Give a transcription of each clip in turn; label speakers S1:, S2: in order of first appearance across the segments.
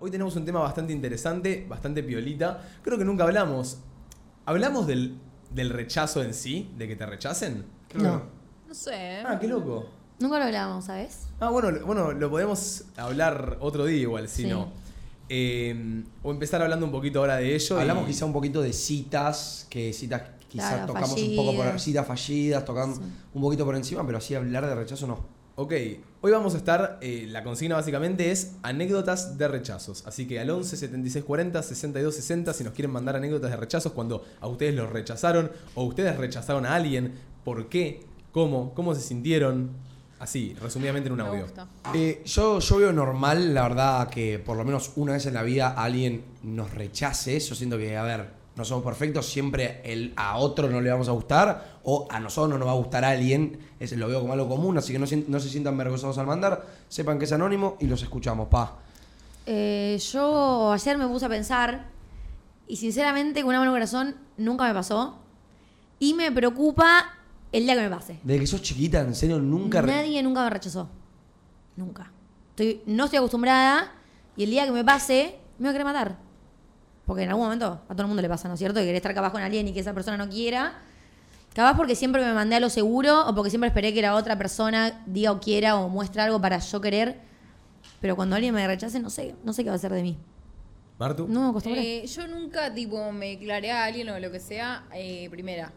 S1: Hoy tenemos un tema bastante interesante, bastante piolita. Creo que nunca hablamos. ¿Hablamos del, del rechazo en sí? ¿De que te rechacen?
S2: Creo que
S3: No. ¿Eh?
S2: No sé.
S1: Ah, qué loco.
S3: Nunca lo hablábamos, ¿sabes?
S1: Ah, bueno, lo- bueno, lo podemos hablar otro día igual, si
S3: Sí.
S1: no. Eh, o empezar hablando un poquito ahora de ello. y-
S2: Hablamos quizá un poquito de citas, que citas quizá
S3: Claro,
S2: tocamos un poco por
S3: fallidas.
S2: citas fallidas, tocamos
S3: Sí.
S2: un poquito por encima, pero así hablar de rechazo no.
S1: Ok, hoy vamos a estar, eh, la consigna básicamente es anécdotas de rechazos. Así que al 11 76 40 62 60, si nos quieren mandar anécdotas de rechazos cuando a ustedes los rechazaron o ustedes rechazaron a alguien, ¿por qué? ¿Cómo? ¿Cómo se sintieron? Así, resumidamente en un
S2: Me
S1: audio.
S2: gusta. Eh, yo, yo veo normal, la verdad, que por lo menos una vez en la vida alguien nos rechace. Yo siento que, a ver, no somos perfectos, siempre el, a otro no le vamos a gustar o a nosotros no nos va a gustar a alguien. Es, lo veo como algo común, así que no, sien- no se sientan vergonzados al mandar. Sepan que es anónimo y los escuchamos, pa.
S3: Eh, yo ayer me puse a pensar y sinceramente con una mano en el corazón nunca me pasó y me preocupa el día que me pase.
S2: Desde que sos chiquita, en serio, nunca... re-
S3: Nadie nunca me rechazó. Nunca. Estoy, no estoy acostumbrada y el día que me pase me va a querer matar. Porque en algún momento a todo el mundo le pasa, ¿no es cierto? Que querés estar capaz con alguien y que esa persona no quiera. Capaz porque siempre me mandé a lo seguro o porque siempre esperé que la otra persona diga o quiera o muestre algo para yo querer. Pero cuando alguien me rechace, no sé, no sé qué va a hacer de mí.
S1: ¿Martu?
S3: No me acostumbré.
S4: Eh, yo nunca, tipo, me declaré a alguien o lo que sea, eh, primera.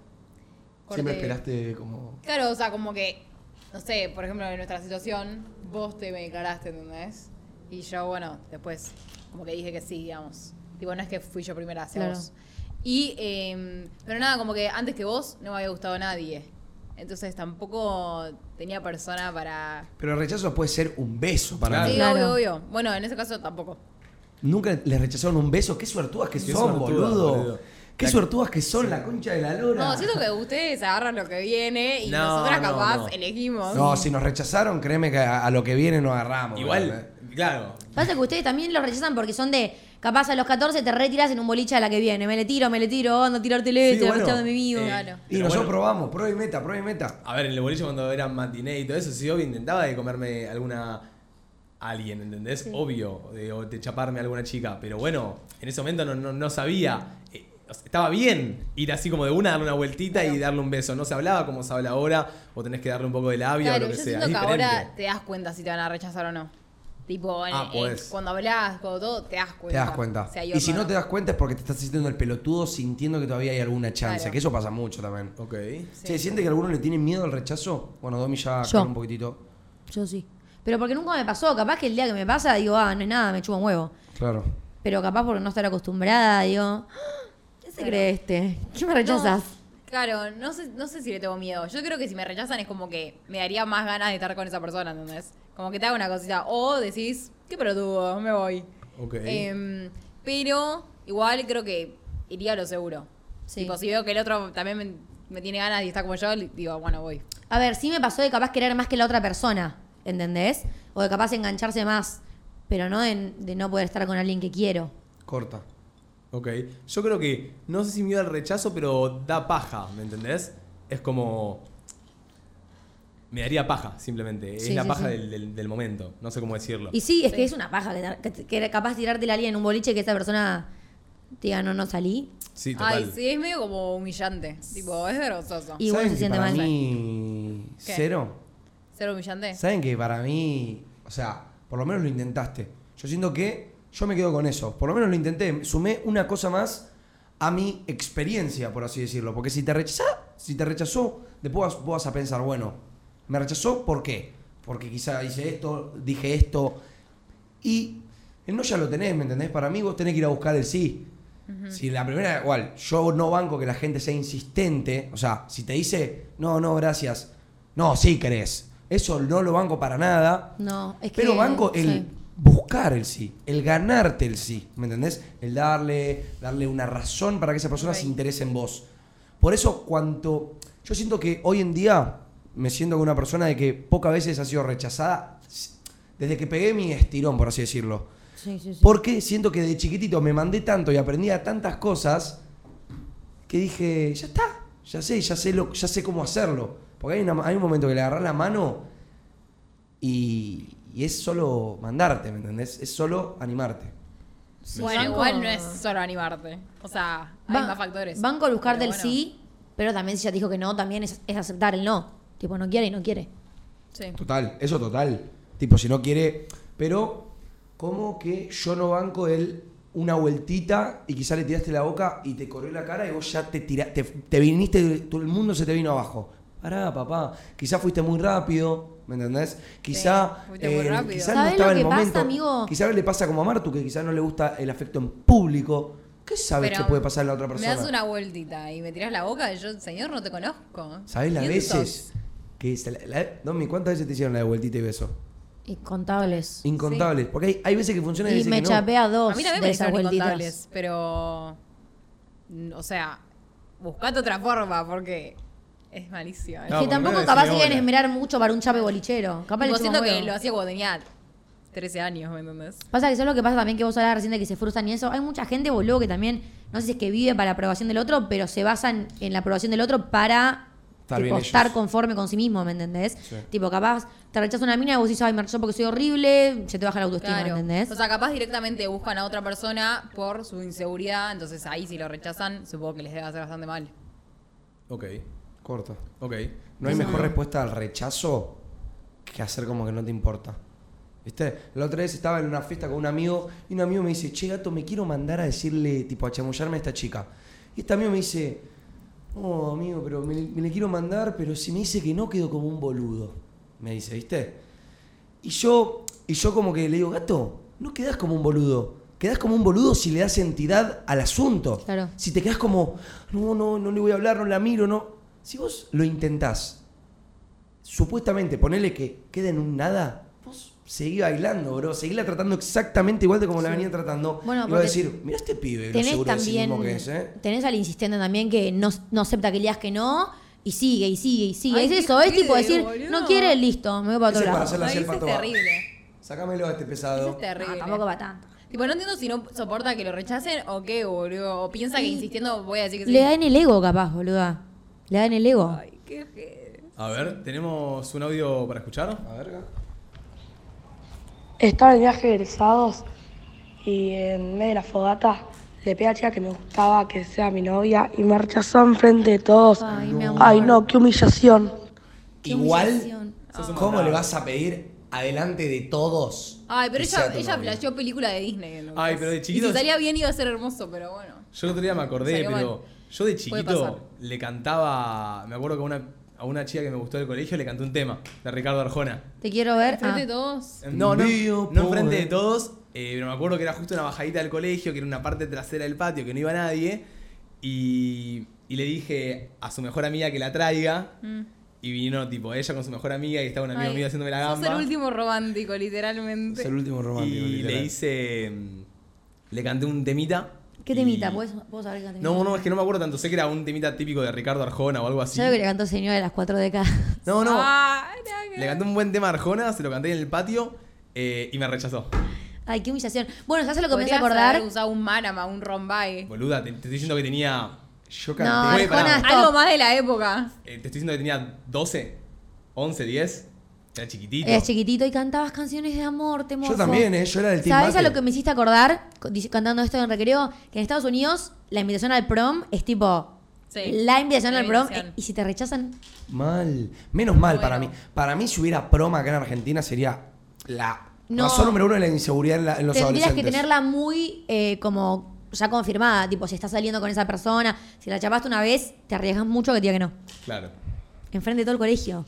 S2: Siempre
S4: Corte.
S2: esperaste como...
S4: Claro, o sea, como que, no sé, por ejemplo, en nuestra situación, vos te me declaraste, ¿entendés? Y yo, bueno, después, como que dije que sí, digamos. Tipo, no es que fui yo primera hacia
S3: Claro.
S4: vos. Y, eh, pero nada, como que antes que vos no me había gustado nadie. Entonces tampoco tenía persona para...
S2: Pero el rechazo puede ser un beso para
S1: Claro.
S2: mí.
S4: Sí,
S3: Claro.
S4: obvio, obvio. Bueno, en ese caso tampoco.
S2: Nunca les rechazaron un beso. Qué suertudas que
S1: Qué
S2: son,
S1: suertudas,
S2: boludo.
S1: boludo.
S2: Qué
S1: La-
S2: suertudas que son, la concha de la lora.
S4: No, siento que ustedes agarran lo que viene y
S1: No,
S4: nosotras
S1: no,
S4: capaz
S1: no.
S4: elegimos.
S2: No, si nos rechazaron, créeme que a, a lo que viene nos agarramos.
S1: Igual,
S2: ¿verdad?
S1: claro.
S3: Pasa que ustedes también lo rechazan porque son de, capaz a los 14 te retiras en un boliche a la que viene. Me le tiro, me le tiro, ando a tirarte leche,
S1: Sí,
S3: te he
S1: bueno,
S3: rechazado de mi vida.
S1: eh,
S4: Claro.
S2: Y
S1: pero
S2: nosotros
S1: bueno,
S2: probamos, prueba y meta, prueba y meta.
S1: A ver, en el boliche cuando era matiné y todo eso, sí, obvio, intentaba de comerme alguna alguien, ¿entendés? Obvio, de, o de chaparme a alguna chica. Pero bueno, en ese momento no, no, no sabía. Eh, o sea, estaba bien ir así como de una, darle una vueltita y darle un beso. No se hablaba como se habla ahora, o tenés que darle un poco de labio o
S4: Claro,
S1: lo que
S4: yo
S1: sea.
S4: siento que
S1: es diferente.
S4: ahora te das cuenta si te van a rechazar o no. Tipo, en-
S1: Ah,
S4: en-
S1: pues.
S4: cuando hablas, cuando todo, te das
S2: Te
S4: cuenta.
S2: das cuenta.
S4: Si hay
S2: y
S4: onda
S2: si
S4: o
S2: no te das cuenta es porque te estás sintiendo el pelotudo sintiendo que todavía hay alguna chance,
S4: Claro.
S2: que eso pasa mucho también.
S1: Ok.
S4: Sí.
S2: Che, ¿siente que alguno le tiene miedo al rechazo? Bueno, Domi ya
S3: Yo.
S2: con un poquitito.
S3: Yo sí. Pero porque nunca me pasó. Capaz que el día que me pasa digo, ah, no es nada, me chupo un huevo.
S2: Claro.
S3: Pero capaz por no estar acostumbrada digo, "Ah, ¿qué se
S4: Claro.
S3: cree este? ¿Qué me
S4: No,
S3: rechazas?
S4: claro, no sé, no sé si le tengo miedo. Yo creo que si me rechazan es como que me daría más ganas de estar con esa persona, ¿entendés? Como que te hago una cosita. O decís, qué pelotudo, me voy.
S1: Ok.
S4: Em, pero igual creo que iría a lo seguro.
S3: Sí.
S4: Tipo, si veo que el otro también me, me tiene ganas y está como yo, digo, bueno, voy.
S3: A ver, sí me pasó de capaz querer más que la otra persona, ¿entendés? O de capaz engancharse más, pero no de, de no poder estar con alguien que quiero.
S2: Corta.
S1: Ok. Yo creo que, no sé si miedo al rechazo, pero da paja, ¿me entendés? Es como. Me daría paja, simplemente. Es
S3: Sí,
S1: la
S3: sí,
S1: paja
S3: sí.
S1: Del, del- del momento. No sé cómo decirlo.
S3: Y sí, es que es una paja que, que- que era capaz de tirarte la línea en un boliche que esa persona te diga, no, no salí.
S1: Sí, total.
S4: Ay, sí, es medio como humillante. Tipo, es vergonzoso.
S3: Y uno
S2: ¿Saben
S3: se
S2: que
S3: siente
S2: para
S3: mal.
S2: mí
S4: ¿Qué?
S2: cero?
S4: ¿Ser humillante?
S2: ¿Saben que para mí, o sea, por lo menos lo intentaste? Yo siento que yo me quedo con eso. Por lo menos lo intenté. Sumé una cosa más a mi experiencia, por así decirlo. Porque si te rechazó, si te rechazó, después vas, vos vas a pensar, bueno, me rechazó, ¿por qué? Porque quizá hice esto, dije esto. Y el no ya lo tenés, ¿me entendés? Para mí vos tenés que ir a buscar el sí. Si la primera, igual, yo no banco que la gente sea insistente. O sea, si te dice, no, no, gracias. No, sí querés. Eso no lo banco para nada.
S3: No, es que.
S2: Pero banco el
S3: sí.
S2: buscar el sí, el ganarte el sí, ¿me entendés? El darle, darle una razón para que esa persona se
S4: Ok.
S2: interese en vos. Por eso, cuanto. Yo siento que hoy en día me siento como una persona de que pocas veces ha sido rechazada s- desde que pegué mi estirón, por así decirlo.
S3: Sí, sí, sí.
S2: Porque siento que de chiquitito me mandé tanto y aprendí a tantas cosas que dije, ya está, ya sé, ya sé, lo, ya sé cómo hacerlo. Porque hay, una- hay un momento que le agarrás la mano y, y es solo mandarte, ¿me entendés? Es solo animarte.
S3: Sí,
S4: Bueno,
S3: sí.
S4: igual no es solo animarte. O sea, hay
S3: Ban-
S4: más factores.
S3: Banco el buscar
S4: Pero
S3: del
S4: bueno,
S3: sí, pero también si ya dijo que no, también es, es aceptar el no. Tipo, no quiere y no quiere.
S4: Sí.
S2: Total, eso total. Tipo, si no quiere. Pero, ¿cómo que yo no banco el una vueltita y quizá le tiraste la boca y te corrió la cara y vos ya te tiraste, te, te viniste, todo el mundo se te vino abajo? Pará, papá. Quizá fuiste muy rápido, ¿me entendés? Quizá, eh,
S4: Sí, fuiste muy rápido.
S2: quizá no
S3: ¿Sabés
S2: estaba
S3: lo
S2: en el
S3: que pasa,
S2: momento.
S3: amigo?
S2: Quizá le pasa como a Martu, que quizá no le gusta el afecto en público. ¿Qué sabes
S4: Pero
S2: que puede pasar a la otra persona?
S4: Me das una vueltita y me tiras la boca y yo, señor, no te conozco.
S2: ¿Sabés las
S4: ¿Quién sos?
S2: veces que... se la- la- Domi, ¿cuántas veces te hicieron la de vueltita y beso?
S3: Y contables.
S2: Incontables. Porque hay, hay veces que funciona y,
S3: Y
S2: veces
S3: me
S2: que no.
S3: chapé a dos
S4: A mí también
S3: de
S4: me
S3: esas
S4: hicieron
S3: vueltitas.
S4: incontables, pero. mm, O sea, buscate otra forma porque es malicia.
S1: No,
S3: que
S1: por lo
S3: tampoco
S1: menos
S3: capaz
S1: decime
S3: se quieren
S1: hola.
S3: esmerar mucho para un chape bolichero. Capaz le
S4: Tipo,
S3: chupan
S4: siento que
S3: huevo.
S4: lo hacía cuando tenía 13 años, ¿me entendés?
S3: Pasa que eso es lo que pasa también que vos hablabas recién de que se frustran y eso. Hay mucha gente, boludo, que también, no sé si es que vive para la aprobación del otro, pero se basan en la aprobación del otro para
S2: Estar
S3: tipo,
S2: bien ellos.
S3: estar conforme con sí mismo, ¿me entendés? Tipo, capaz te rechaza una mina y vos dices, ay, me rechazó porque soy horrible, se te baja la autoestima,
S4: Claro.
S3: ¿entendés?
S4: O sea, capaz directamente buscan a otra persona por su inseguridad, entonces ahí si lo rechazan, supongo que les debe hacer bastante mal.
S1: Ok,
S2: Corto.
S1: ok.
S2: No hay mejor respuesta al rechazo que hacer como que no te importa. ¿Viste? La otra vez estaba en una fiesta con un amigo y un amigo me dice, che, gato, me quiero mandar a decirle, tipo, a chamullarme a esta chica. Y este amigo me dice, oh, amigo, pero me, me le quiero mandar, pero si me dice que no, quedo como un boludo. Me dice, ¿viste? Y yo, y yo como que le digo, gato, no quedás como un boludo. Quedás como un boludo si le das entidad al asunto.
S3: Claro.
S2: Si te quedás como, no, no, no le voy a hablar, no la miro, no. Si vos lo intentás, supuestamente ponerle que quede en un nada, vos seguí bailando, bro. Seguíla tratando exactamente igual de como la venía tratando.
S3: Bueno,
S2: y vas a
S3: porque
S2: decir, mirá este pibe, lo
S3: tenés
S2: seguro de sí
S3: también
S2: mismo que es, ¿eh?
S3: tenés al insistente también que no, no acepta que le digas que no y sigue y sigue y sigue
S4: Ay,
S3: es
S4: qué
S3: eso es tipo
S4: jodido,
S3: decir
S4: boludo.
S3: no quiere listo me voy para
S2: Ese
S3: otro
S2: es para
S3: lado
S2: hacer
S4: No,
S2: la
S4: ese
S2: selva
S4: es
S2: toda.
S4: terrible.
S2: Sácamelo a este
S4: Ese
S2: pesado.
S4: es terrible.
S3: No, Ah, tampoco va tanto
S4: Tipo, no entiendo si no soporta que lo rechacen o qué, boludo. O piensa que insistiendo voy a decir que sí.
S3: le da en el ego capaz boluda le da en el ego
S4: Ay, qué ojete.
S1: A ver, ¿tenemos un audio para escuchar?
S2: A ver, gato.
S5: Estaba en el viaje de egresados y en medio de la fogata le pedí a la chica que me gustaba que sea mi novia y me rechazó enfrente de todos.
S3: Ay, mi amor.
S5: Ay, no, qué humillación.
S3: Qué
S2: Igual,
S3: humillación. Ah.
S2: ¿cómo le vas a pedir adelante de todos?
S4: Ay, pero
S2: que sea
S4: ella,
S2: tu
S4: ella
S2: novia?
S4: flasheó película de Disney. ¿entendés?
S1: Ay, pero de
S4: Y
S1: chiquitos-
S4: si salía bien iba a ser hermoso, pero bueno.
S1: Yo el otro día me acordé,
S4: Salió
S1: pero
S4: mal.
S1: yo de
S4: pasar.
S1: chiquito le cantaba, me acuerdo que a una, a una chica que me gustó del colegio le canté un tema de Ricardo Arjona.
S3: te quiero ver
S4: Frente
S3: Ah.
S4: de todos.
S1: No, no,
S2: Envío
S1: no
S2: por-
S1: enfrente de todos, eh, pero me acuerdo que era justo una bajadita del colegio, que era una parte trasera del patio, que no iba nadie, y, y le dije a su mejor amiga que la traiga,
S4: Mm.
S1: y vino tipo ella con su mejor amiga y estaba un amigo
S4: Ay,
S1: mío haciéndome la
S4: sos
S1: gamba.
S4: el último romántico, literalmente.
S2: Es el último romántico.
S1: y
S2: literal.
S1: le hice, mm, le canté un temita.
S3: ¿Qué temita?
S1: y-
S3: ¿Puedes, ¿Puedo saber qué temita?
S1: No, no, es que no me acuerdo tanto, sé que era un temita típico de Ricardo Arjona o algo así.
S3: Yo lo que le canto señora de las cuatro décadas.
S1: No, no.
S4: Ah, nada que
S1: Le
S4: ver.
S1: canté un buen tema a Arjona, se lo canté en el patio eh, y me rechazó.
S3: Ay, qué humillación. Bueno, ¿sabes lo que me hace
S4: Podrías
S3: acordar?
S4: haber usado un Manama, un Rombay.
S1: Boluda, te, te estoy diciendo que tenía.
S2: Yo
S3: No,
S2: canté.
S1: Güey, pará.
S3: Arjona, stop.
S4: Algo más de la época.
S1: eh, te estoy diciendo que tenía 12, 11, 10. Era chiquitito.
S3: Eras chiquitito y cantabas canciones de amor, te
S2: Yo también, ¿eh? Yo era del team
S3: ¿Sabes a
S2: Mate.
S3: lo que me hiciste acordar co- dic- cantando esto en recreo? Que en Estados Unidos la invitación al prom es tipo.
S4: Sí,
S3: la invitación
S4: la
S3: al prom.
S4: invitación.
S3: eh, Y si te rechazan,
S2: Mal. Menos mal para mí.
S4: Bueno.
S2: Para mí, si hubiera proma acá en Argentina, sería la
S3: No.
S2: razón número uno de la inseguridad en, la- en los
S3: tendrías que
S2: adolescentes.
S3: tenerla muy eh, como ya confirmada. Tipo, si estás saliendo con esa persona, si la chapaste una vez, te arriesgas mucho que te diga que no.
S1: Claro.
S3: Enfrente de todo el colegio.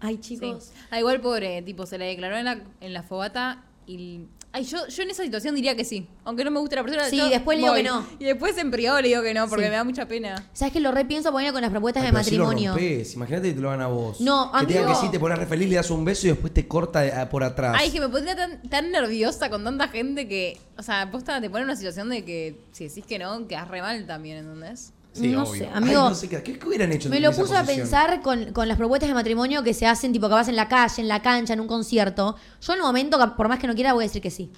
S3: Ay,
S4: Sí.
S3: chicos.
S4: Ah, igual pobre, tipo, se la declaró en la, en la fogata y... Ay, yo, yo en esa situación diría que sí. Aunque no me guste la persona.
S3: Sí,
S4: yo
S3: después le digo
S4: voy.
S3: que no.
S4: Y después en privado le digo que no, porque
S3: Sí.
S4: me da mucha pena.
S3: ¿Sabes que lo repienso poniendo con las propuestas
S2: Ay,
S3: de
S2: pero así lo
S3: matrimonio?
S2: rompés. Imagínate que te lo hagan a vos.
S3: No,
S2: que te digan que
S3: amigo.
S2: sí, te pones re feliz, le das un beso y después te corta eh, por atrás.
S4: Ay, que me pondría tan, tan nerviosa con tanta gente que... O sea, posta, te pone en una situación de que si decís que no, quedas re mal también, ¿entendés?
S1: Sí,
S3: no
S1: obvio.
S3: sé,
S2: Ay,
S3: amigo.
S2: no sé qué, ¿qué, qué hubieran hecho?
S3: Me
S2: en
S3: lo
S2: esa
S3: puso a
S2: posición?
S3: pensar con, con las propuestas de matrimonio que se hacen, tipo que vas en la calle, en la cancha, en un concierto. Yo en el momento, cap- por más que no quiera, voy a decir que sí.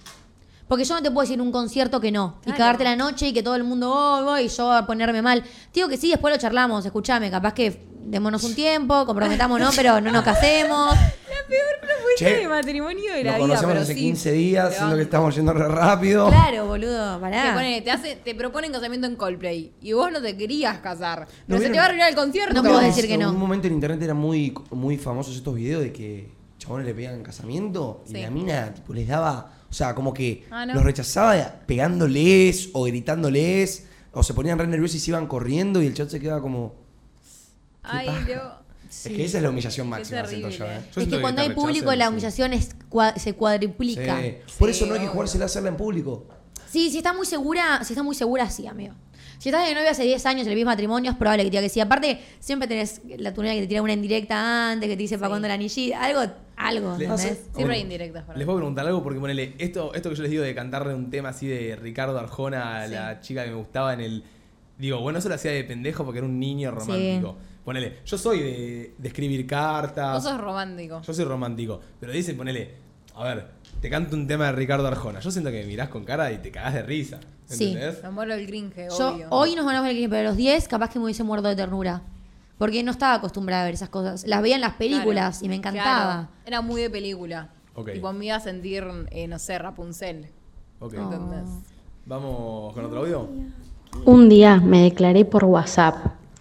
S3: Porque yo no te puedo decir en un concierto que no. Y
S4: Claro.
S3: cagarte la noche y que todo el mundo, oh, voy, y yo a ponerme mal. Te Digo que sí, después lo charlamos, escúchame, capaz que démonos un tiempo, comprometámonos, pero no nos casemos.
S4: La peor propuesta
S2: Che,
S4: de matrimonio
S2: Nos
S4: de la vida,
S2: conocemos
S4: pero
S2: hace
S4: sí.
S2: 15 días,
S4: Te
S2: siendo que
S4: banco.
S2: estamos yendo re rápido.
S3: Claro, boludo,
S4: Que
S3: pará.
S4: ponele, te, hace- te proponen casamiento en Coldplay y vos no te querías casar.
S2: No
S4: pero se
S2: vieron-
S4: te va a arruinar el concierto.
S3: No
S2: puedo
S3: puedo decir que
S2: En
S3: no.
S2: un momento en internet eran muy, muy famosos estos videos de que chabones le pegan en casamiento y
S4: Sí.
S2: la mina tipo, les daba, o sea, como que
S4: Ah, no.
S2: los rechazaba pegándoles o gritándoles o se ponían re nerviosos y se iban corriendo y el chat se quedaba como...
S4: Ay,
S2: paja.
S4: yo.
S2: Es que esa es la humillación
S4: Qué
S2: máxima, siento yo.
S4: terrible.
S2: ¿eh?
S1: Yo
S3: es
S1: siento
S3: que
S1: que
S3: cuando
S1: te
S3: hay público
S1: rechacen,
S3: la
S1: sí.
S3: humillación es cua- se cuadriplica.
S2: Sí. Por
S4: Sí,
S2: eso no hay que
S4: obvio.
S2: jugársela a hacerla en público.
S3: Sí, si está muy segura, si está muy segura, sí, amigo. Si estás de novia hace 10 años y le pides matrimonio, es probable que te diga que sí. Aparte, siempre tenés la tunera que te tira una indirecta antes, que te dice para cuándo el anillito, algo, algo,
S1: Le-
S3: ¿entendés?
S4: Siempre hay indirectas para
S1: Les
S4: mí.
S1: voy a preguntar algo porque ponele, esto, esto que yo les digo de cantarle un tema así de Ricardo Arjona a la chica que me gustaba en el. Digo, bueno, eso lo hacía de pendejo porque era un niño romántico. Ponele, yo soy de, de escribir cartas.
S4: Vos sos romántico.
S1: Yo soy romántico. Pero dicen, ponele, a ver, te canto un tema de Ricardo Arjona. Yo siento que me mirás con cara y te cagás de risa.
S3: Sí.
S1: ¿Entendés?
S4: Me muero el cringe,
S3: Yo
S4: obvio.
S3: hoy nos van a ver el cliente, pero a los 10 capaz que me hubiese muerto de ternura. Porque no estaba acostumbrada a ver esas cosas. Las veía en las películas
S4: Claro,
S3: y me encantaba.
S4: claro. Era muy de película.
S1: Ok.
S4: Y conmigo a sentir, eh, no sé, Rapunzel.
S1: Ok.
S4: ¿Entendés?
S1: Vamos con otro audio.
S6: Un día me declaré por WhatsApp.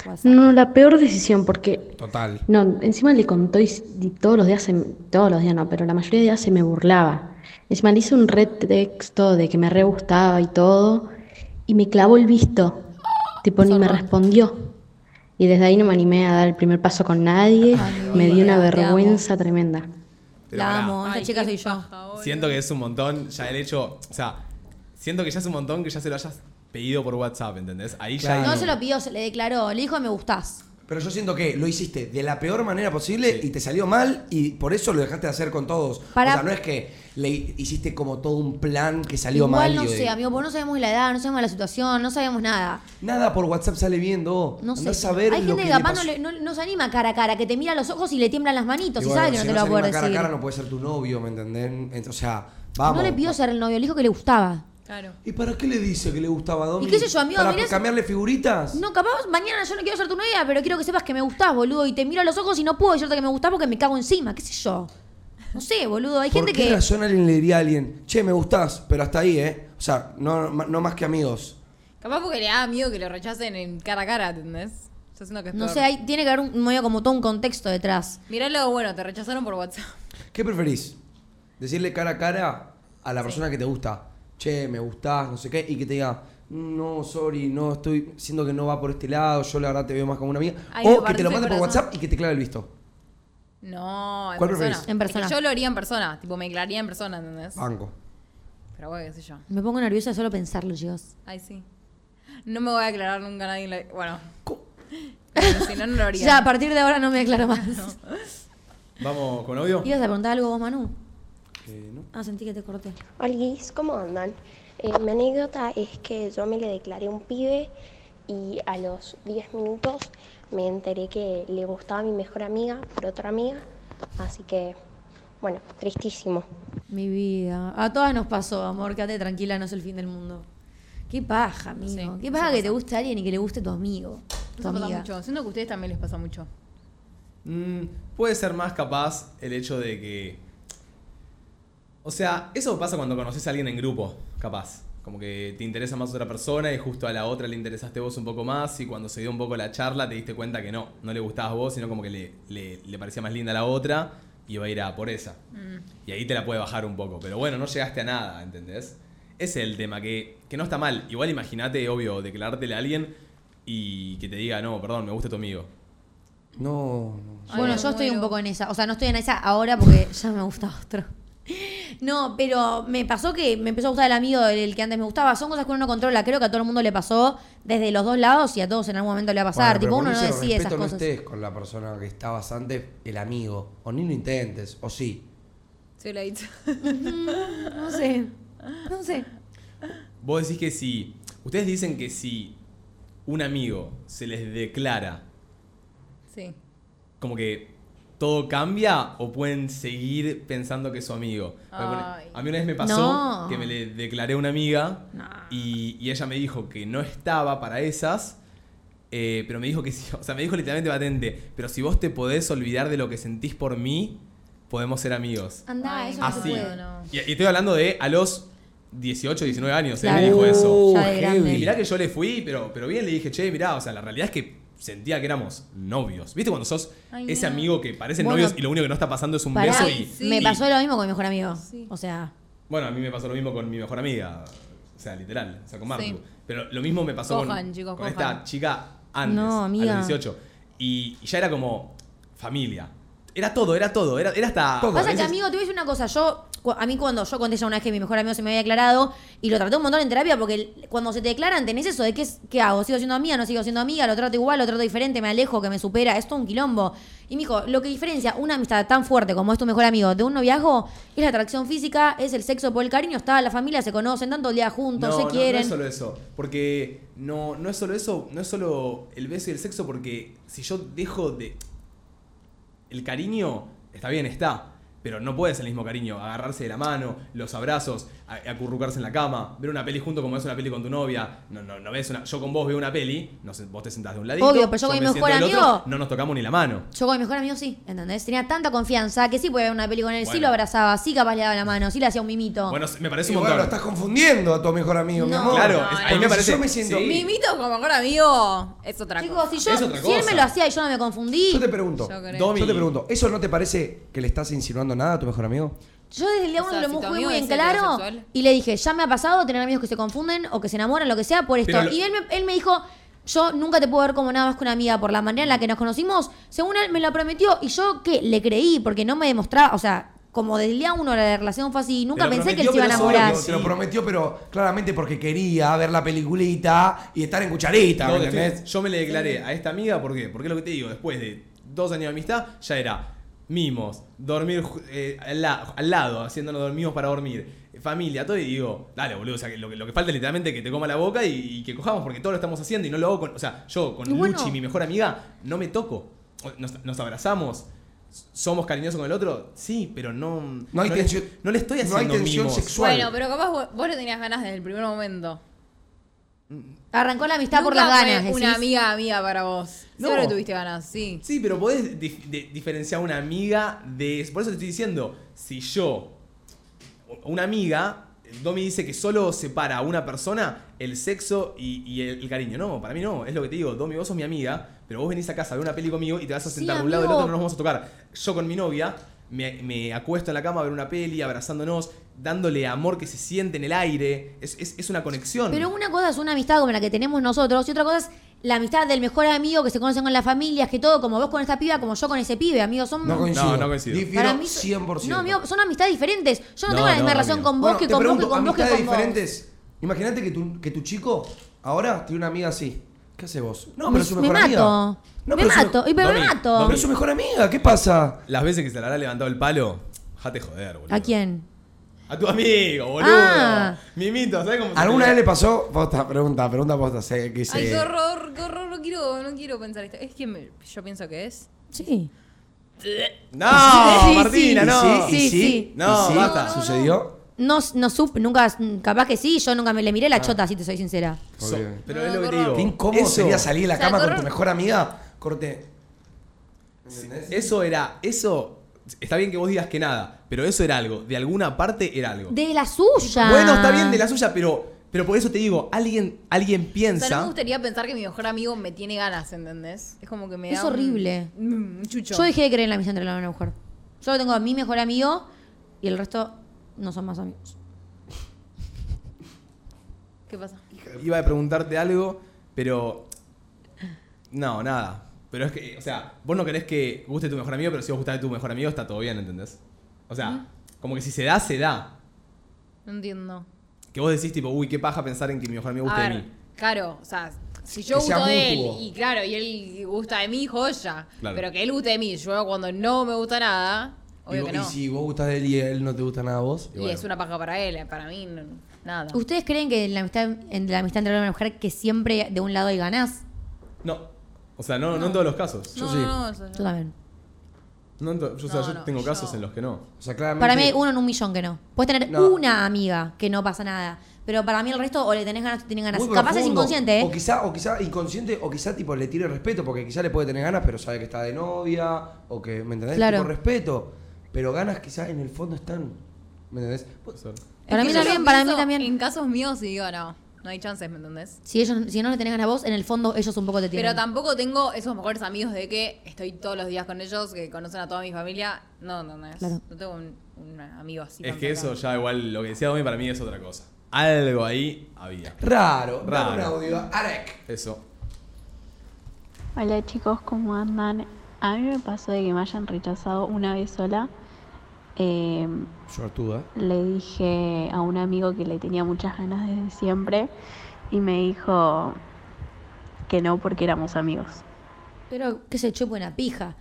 S3: WhatsApp.
S6: No, la peor decisión porque
S2: Total.
S6: no, encima le contó y, y todos los días se- todos los días no, pero la mayoría de días se me burlaba. Encima le hice un retexto de que me re gustaba y todo y me clavó el visto. Tipo ni me respondió. Y desde ahí no me animé a dar el primer paso con nadie.
S3: Ay,
S6: me dio una
S3: boluda, te amo.
S6: vergüenza tremenda.
S1: Pero
S3: la
S1: pará.
S3: amo, esta
S4: Ay,
S3: chica soy
S4: qué
S3: yo.
S4: paja, boludo.
S1: Siento que es un montón, ya el hecho, o sea, siento que ya es un montón que ya se lo hayas pedido por WhatsApp, ¿entendés? Ahí ya...
S2: Claro.
S1: hay-
S3: No se lo pidió, se le declaró. Le dijo, me gustás.
S2: Pero yo siento que lo hiciste de la peor manera posible y te salió mal y por eso lo dejaste de hacer con todos. O
S3: Para-
S2: sea, no es que le hiciste como todo un plan que salió
S3: Igual
S2: mal.
S3: no
S2: y hoy-
S3: sé, amigo, porque no sabemos la edad, no sabemos la situación, no sabemos nada.
S2: Nada por WhatsApp sale viendo.
S3: No sé.
S2: a ver
S3: Hay
S2: lo
S3: gente
S2: que
S3: que
S2: le
S3: capaz no,
S2: pasó.
S3: le- no- no se anima cara a cara, que te mira a los ojos y le tiemblan las manitos
S2: Y
S3: y,
S2: bueno,
S3: sabe que
S2: si
S3: no te lo
S2: se
S3: va a
S2: anima
S3: poder
S2: cara a
S3: decir.
S2: cara no puede ser tu novio, ¿me entendés? Ent- O sea, vamos.
S3: no le pidió ser el novio, le dijo que le gustaba.
S4: Claro.
S2: ¿Y para qué le dice que le gustaba a Domi?
S3: ¿Y qué sé yo, amigo?
S2: ¿Para
S3: Mirá-
S2: cambiarle figuritas?
S3: No, capaz mañana yo no quiero ser tu novia, pero quiero que sepas que me gustás, boludo. Y te miro a los ojos y no puedo decirte que me gustás porque me cago encima, qué sé yo. No sé, boludo. Hay
S2: ¿Por
S3: gente
S2: qué
S3: que.
S2: razón alguien le diría a alguien, che, me gustás, pero hasta ahí, eh? O sea, no, no más que amigos.
S4: Capaz porque le da miedo que lo rechacen en cara a cara, ¿entendés? Yo siento que es
S3: No
S4: peor.
S3: sé, hay- tiene que haber un, medio como todo un contexto detrás.
S4: Mirá lo bueno, te rechazaron por WhatsApp.
S2: ¿Qué preferís? Decirle cara a cara a la persona que te gusta, che, me gustás, no sé qué, y que te diga, no, sorry, no estoy, siento que no va por este lado, yo la verdad te veo más como una amiga.
S4: Ay, me
S2: o que
S4: partiste
S2: te lo
S4: el
S2: mande por
S4: corazón.
S2: WhatsApp y que te clave el visto.
S4: No, en
S2: ¿Cuál
S4: persona.
S2: preferís? Ah.
S3: En persona.
S4: Es que yo lo haría en persona, tipo me declararía en persona, ¿entendés?
S2: Banco.
S4: Pero bueno, qué sé yo.
S3: Me pongo nerviosa de solo pensarlo, chicos.
S4: Ay, sí. No me voy a declarar nunca a nadie. en la- Bueno.
S2: ¿Cómo?
S4: Bueno, si no, no lo haría.
S3: Ya, a partir de ahora no me declaro más.
S1: Vamos con audio.
S3: ¿Ibas a preguntar algo vos, Manu?
S2: Eh, ¿no?
S3: Ah, sentí que te corté.
S7: Olis, ¿cómo andan? Eh, mi anécdota es que yo me le declaré un pibe y a los 10 minutos me enteré que le gustaba mi mejor amiga por otra amiga, así que, bueno, tristísimo.
S3: Mi vida. A todas nos pasó, amor. Quédate tranquila, no es el fin del mundo. Qué paja, amigo.
S4: Sí,
S3: Qué
S4: eso
S3: paja que
S4: pasa.
S3: te guste alguien y que le guste tu amigo. Tu
S4: Eso pasa
S3: amiga.
S4: mucho. Siento que a ustedes también les pasa mucho.
S1: Mm, puede ser más capaz el hecho de que... O sea, eso pasa cuando conoces a alguien en grupo, capaz. Como que te interesa más otra persona y justo a la otra le interesaste vos un poco más y cuando se dio un poco la charla te diste cuenta que no, no le gustabas vos, sino como que le, le- le parecía más linda la otra y va a ir a por esa. Y ahí te la puede bajar un poco. Pero bueno, no llegaste a nada, ¿entendés? Ese es el tema, que, que no está mal. Igual imagínate, obvio, declarártele a alguien y que te diga, no, perdón, me gusta tu amigo.
S2: No, no.
S4: Ay,
S3: bueno,
S4: me
S3: yo estoy un
S4: muero.
S3: poco en esa. O sea, no estoy en esa ahora porque ya me gusta otro. No, pero me pasó que me empezó a gustar el amigo del que antes me gustaba. Son cosas que uno no controla. Creo que a todo el mundo le pasó desde los dos lados y a todos en algún momento le va a pasar.
S2: Bueno, pero
S3: tipo,
S2: por
S3: uno no
S2: ese
S3: decide esas
S2: respeto
S3: cosas.
S2: No estés con la persona que estabas antes, el amigo. O ni lo intentes, o sí.
S4: Soy la dicha.
S3: Mm, No sé. No sé.
S1: Vos decís que si. Ustedes dicen que si un amigo se les declara,
S4: Sí.
S1: como que todo cambia o pueden seguir pensando que es su amigo. Porque, bueno,
S4: Ay.
S1: A mí una vez me pasó
S3: No.
S1: que me le declaré a una amiga y, y ella me dijo que no estaba para esas. eh, eh, pero me dijo que sí, o sea, me dijo literalmente patente, pero si vos te podés olvidar de lo que sentís por mí, podemos ser amigos.
S3: Andá,
S4: Ay,
S3: Ah, eso no se
S1: Así.
S3: puede.
S4: no.
S1: Y, y estoy hablando de a los 18, 19 años, él
S3: Claro.
S1: me dijo eso.
S3: Ya de grande.
S1: Y mirá que yo le fui, pero, pero bien le dije, che, mirá, o sea, la realidad es que sentía que éramos novios. ¿Viste cuando sos
S4: Ay,
S1: ese
S4: no.
S1: amigo que parecen
S3: Bueno,
S1: novios y lo único que no está pasando es un
S3: Pará,
S1: beso y.
S3: me
S1: y-
S3: pasó lo mismo con mi mejor amigo.
S4: Sí.
S3: O sea,
S1: Bueno, a mí me pasó lo mismo con mi mejor amiga, o sea, literal, o sea, con Martu.
S4: Sí.
S1: Pero lo mismo me pasó
S4: Cojan,
S1: con,
S4: chicos,
S1: con
S4: cojan.
S1: esta chica antes,
S3: No,
S1: a
S3: amiga.
S1: los 18. Y, y ya era como familia. Era todo, era todo, era, era hasta...
S2: Todo.
S1: a
S3: Pasa que,
S1: veces-
S3: amigo, te voy a decir una cosa. Yo, cu- a mí cuando yo conté ya una vez que mi mejor amigo se me había declarado y lo traté un montón en terapia porque el- cuando se te declaran tenés eso de qué, es- qué hago, sigo siendo amiga, no sigo siendo amiga, lo trato igual, lo trato diferente, me alejo, que me supera, es todo un quilombo. Y me dijo, lo que diferencia una amistad tan fuerte como es tu mejor amigo de un noviazgo es la atracción física, es el sexo por el cariño, está la familia, se conocen, tanto el día juntos, se
S1: No
S3: quieren.
S1: es solo eso. Porque no, no es solo eso, no es solo el beso y el sexo, porque si yo dejo de. El cariño, está bien, está. Pero no puedes el mismo cariño. Agarrarse de la mano, los abrazos, a- acurrucarse en la cama, ver una peli junto como es una peli con tu novia. No, no, no ves una. Yo con vos veo una peli, no sé, vos te sentás de un ladito.
S3: Obvio, pero yo con mi
S1: me
S3: mejor
S1: siento del otro,
S3: amigo-
S1: no nos tocamos ni la mano.
S3: Yo con mi mejor amigo sí, ¿entendés? Tenía tanta confianza que sí podía ver una película con él, sí
S1: Bueno.
S3: lo abrazaba, sí capaz le daba la mano, sí le hacía un mimito.
S1: Bueno, me parece un
S2: Igual
S1: montón.
S2: lo estás confundiendo a tu mejor amigo, mi
S3: No.
S2: amor.
S1: Claro,
S4: No,
S1: es-
S4: no,
S1: ahí me
S2: Porque
S1: parece.
S2: si yo me siento-
S1: sí.
S4: Mimito como mejor amigo es otra
S3: Chicos,
S4: cosa.
S3: si, yo,
S1: Es otra
S3: si él
S1: cosa.
S3: me lo hacía y yo no me confundí,
S2: Yo te pregunto,
S4: Yo creo.
S1: Domi.
S2: yo te pregunto, ¿eso no te parece que le estás insinuando nada a tu mejor amigo?
S3: Yo desde el día
S4: O
S3: uno
S4: sea,
S3: lo
S4: si tu
S3: mujé
S4: amigo
S3: muy en
S4: es
S3: claro
S4: heterosexual.
S3: y le dije, ya me ha pasado tener amigos que se confunden o que se enamoran, lo que sea, por esto.
S1: Pero lo-
S3: Y él me, él me dijo, yo nunca te puedo ver como nada más que una amiga por la manera en la que nos conocimos. Según él, me lo prometió y yo que le creí porque no me demostraba, o sea, como desde el día uno la relación fue así, nunca
S1: lo
S3: pensé que él
S1: prometió,
S3: se iba a
S1: pero eso
S3: enamorar.
S1: obvio,
S2: Se lo prometió, pero claramente porque quería ver la peliculita y estar en cucharita,
S1: No,
S2: ¿me
S1: que estoy-
S2: entendés?
S1: yo me le declaré a esta amiga, ¿por qué? Porque es lo que te digo, después de dos años de amistad, ya era mimos, dormir ju- eh, al, la- al lado, haciéndonos dormimos para dormir, eh, familia, todo, y digo, dale, boludo, o sea, que lo, que- lo que falta es literalmente que te coma la boca y, y que cojamos, porque todo lo estamos haciendo y no lo hago con, o sea, yo con
S3: Y bueno.
S1: Luchi, mi mejor amiga, no me toco, O- nos, nos abrazamos. s- ¿Somos cariñosos con el otro? Sí, pero no...
S2: No hay
S1: le-
S2: tensión-
S1: no le estoy
S2: no hay
S1: haciendo
S2: tensión
S1: mimos.
S2: sexual.
S4: Bueno, pero capaz vos, vos le tenías ganas desde el primer momento.
S3: Arrancó la amistad por
S4: Nunca
S3: las
S4: fue
S3: ganas.
S4: Una
S3: decís.
S4: amiga amiga para vos.
S1: No.
S4: Seguro que tuviste ganas, sí.
S1: Sí, pero podés dif- de- diferenciar una amiga de. Por eso te estoy diciendo, si yo. Una amiga. Domi dice que solo separa a una persona el sexo y, y el, el cariño. No, para mí no. Es lo que te digo. Domi, vos sos mi amiga, pero vos venís a casa a ver una peli conmigo y te vas a
S3: Sí,
S1: sentar de un lado del otro,
S3: amigo.
S1: no nos vamos a tocar. Yo con mi novia me, me acuesto en la cama a ver una peli, abrazándonos, dándole amor que se siente en el aire. Es, es- es una conexión.
S3: Pero una cosa es una amistad como la que tenemos nosotros y otra cosa es la amistad del mejor amigo que se conocen con las familias, que todo, como vos con esta piba, como yo con ese pibe, amigos, son...
S2: No coincido.
S1: No, no coincido.
S2: Difiero
S3: Para mí,
S2: 100%.
S3: No, amigo, son amistades diferentes. Yo no,
S1: No,
S3: tengo la
S1: no,
S3: misma relación
S1: amigo.
S3: con vos
S2: Bueno,
S3: que
S2: te
S3: con
S2: pregunto,
S3: vos que con vos que
S2: amistades
S3: con vos.
S2: diferentes. Imagínate que tu, que tu chico ahora tiene una amiga así. ¿Qué hace vos? No,
S3: Me-
S2: pero es su
S3: me
S2: mejor
S3: mato.
S2: amiga. No,
S3: me
S2: pero es su
S3: mato.
S2: mejor-
S3: Y pero me
S1: Domi,
S3: mato.
S2: No, pero es su mejor amiga. ¿Qué pasa?
S1: Las veces que se le habrá levantado el palo, jate joder, boludo.
S3: ¿A quién?
S1: A tu amigo, boludo.
S3: Ah.
S1: Mimito, ¿sabes cómo se
S2: ¿Alguna
S1: te-
S2: vez le pasó? Posta, pregunta, pregunta posta. sé que se-
S4: Ay, qué horror, qué horror, no quiero, no quiero pensar esto. Es que me- yo pienso que es.
S3: Sí.
S1: No,
S3: Sí, sí,
S1: Martina,
S3: sí,
S1: no.
S2: ¿Y sí? ¿Y
S3: Sí,
S2: sí?
S3: sí.
S1: No,
S2: ¿Y sí?
S1: basta.
S2: ¿Sucedió?
S3: No, no supe, nunca, capaz que sí, yo nunca me le miré
S2: Ah.
S3: la chota, si te soy sincera.
S1: So-
S2: Porque-
S1: pero es lo que te digo.
S2: Qué incómodo
S1: eso,
S2: sería salir de la
S4: O sea,
S2: cama con
S4: corro-
S2: tu mejor amiga. Corte. ¿Entendés?
S1: Eso era, eso. Está bien que vos digas que nada, pero eso era algo. De alguna parte era algo.
S3: De Ah. la suya.
S1: Bueno, está bien de la suya, pero, pero por eso te digo, alguien, alguien
S4: O sea, no me
S1: piensa.
S4: gustaría pensar que mi mejor amigo me tiene ganas, ¿entendés? Es como que me da.
S3: Es
S4: un- Mm,
S3: horrible.
S4: Un, chucho.
S3: Yo dejé de creer en la amistad entre la hombre y la mujer. Solo tengo a mi mejor amigo y el resto no son más amigos.
S4: ¿Qué pasa?
S1: Iba a preguntarte algo, pero. No, nada. Pero es que, o sea, vos no querés que guste tu mejor amigo, pero si vos gustás de tu mejor amigo, está todo bien, ¿entendés? O sea, como que si se da, se da.
S4: No entiendo.
S1: Que vos decís, tipo, uy, qué paja pensar en que mi mejor amigo guste
S4: A
S1: de
S4: ver,
S1: mí.
S4: claro, o sea, si yo
S2: Que sea
S4: gusto de él
S2: mutuo.
S4: y claro, y él gusta de mí, joya.
S1: Claro.
S4: Pero que él guste de mí, yo cuando no me gusta nada, obvio
S2: Digo,
S4: que no.
S2: Y si vos gustas de él y él no te gusta nada a vos.
S4: Y
S1: Y bueno.
S4: es una paja para él, para mí, no- nada.
S3: ¿Ustedes creen que en la amistad, en la amistad entre la hombre y la mujer que siempre de un lado hay ganás?
S1: No. O sea, no, no, en todos los casos.
S2: yo
S4: no,
S2: sí.
S4: no, no, eso
S3: Yo
S4: no.
S3: también.
S1: No en to- yo, o sea,
S4: No,
S1: yo
S4: no,
S1: tengo
S4: yo-
S1: casos en los que no.
S2: O sea, claramente.
S3: Para mí hay uno en un millón que no. Puedes tener
S2: No.
S3: una amiga que no pasa nada. Pero para mí el resto o le tenés ganas o tienen ganas.
S2: Muy
S3: Capaz es
S2: profundo.
S3: inconsciente, ¿eh?
S2: O quizá, o quizá inconsciente, o quizá tipo le tire respeto, porque quizá le puede tener ganas, pero sabe que está de novia, o que, ¿me entendés?
S3: Claro.
S2: Tipo respeto. Pero ganas quizá en el fondo están. ¿Me entendés? Puede ser.
S3: Para
S4: Es
S3: mí
S4: que yo
S3: también,
S4: lo
S3: para mí
S4: pienso
S3: también.
S4: En casos míos y digo, no, no hay chances, ¿me entendés?
S3: Si, ellos, si no le tenés ganas a vos, en el fondo ellos un poco te tienen.
S4: Pero tampoco tengo esos mejores amigos de que estoy todos los días con ellos, que conocen a toda mi familia. No, no, no. es-
S3: Claro.
S4: No tengo un, un amigo así.
S1: Es
S4: tan
S1: que
S4: cercano.
S1: eso ya igual, lo que decía Domi para mí es otra cosa. Algo ahí había.
S2: Raro, raro.
S1: Raro.
S2: un audio. Arek.
S1: Eso.
S8: Hola chicos, ¿cómo andan? A mí me pasó de que me hayan rechazado una vez sola. Eh,
S2: Suertuda.
S8: le dije a un amigo que le tenía muchas ganas desde siempre y me dijo que no porque éramos amigos.
S3: Pero que se chupe una pija.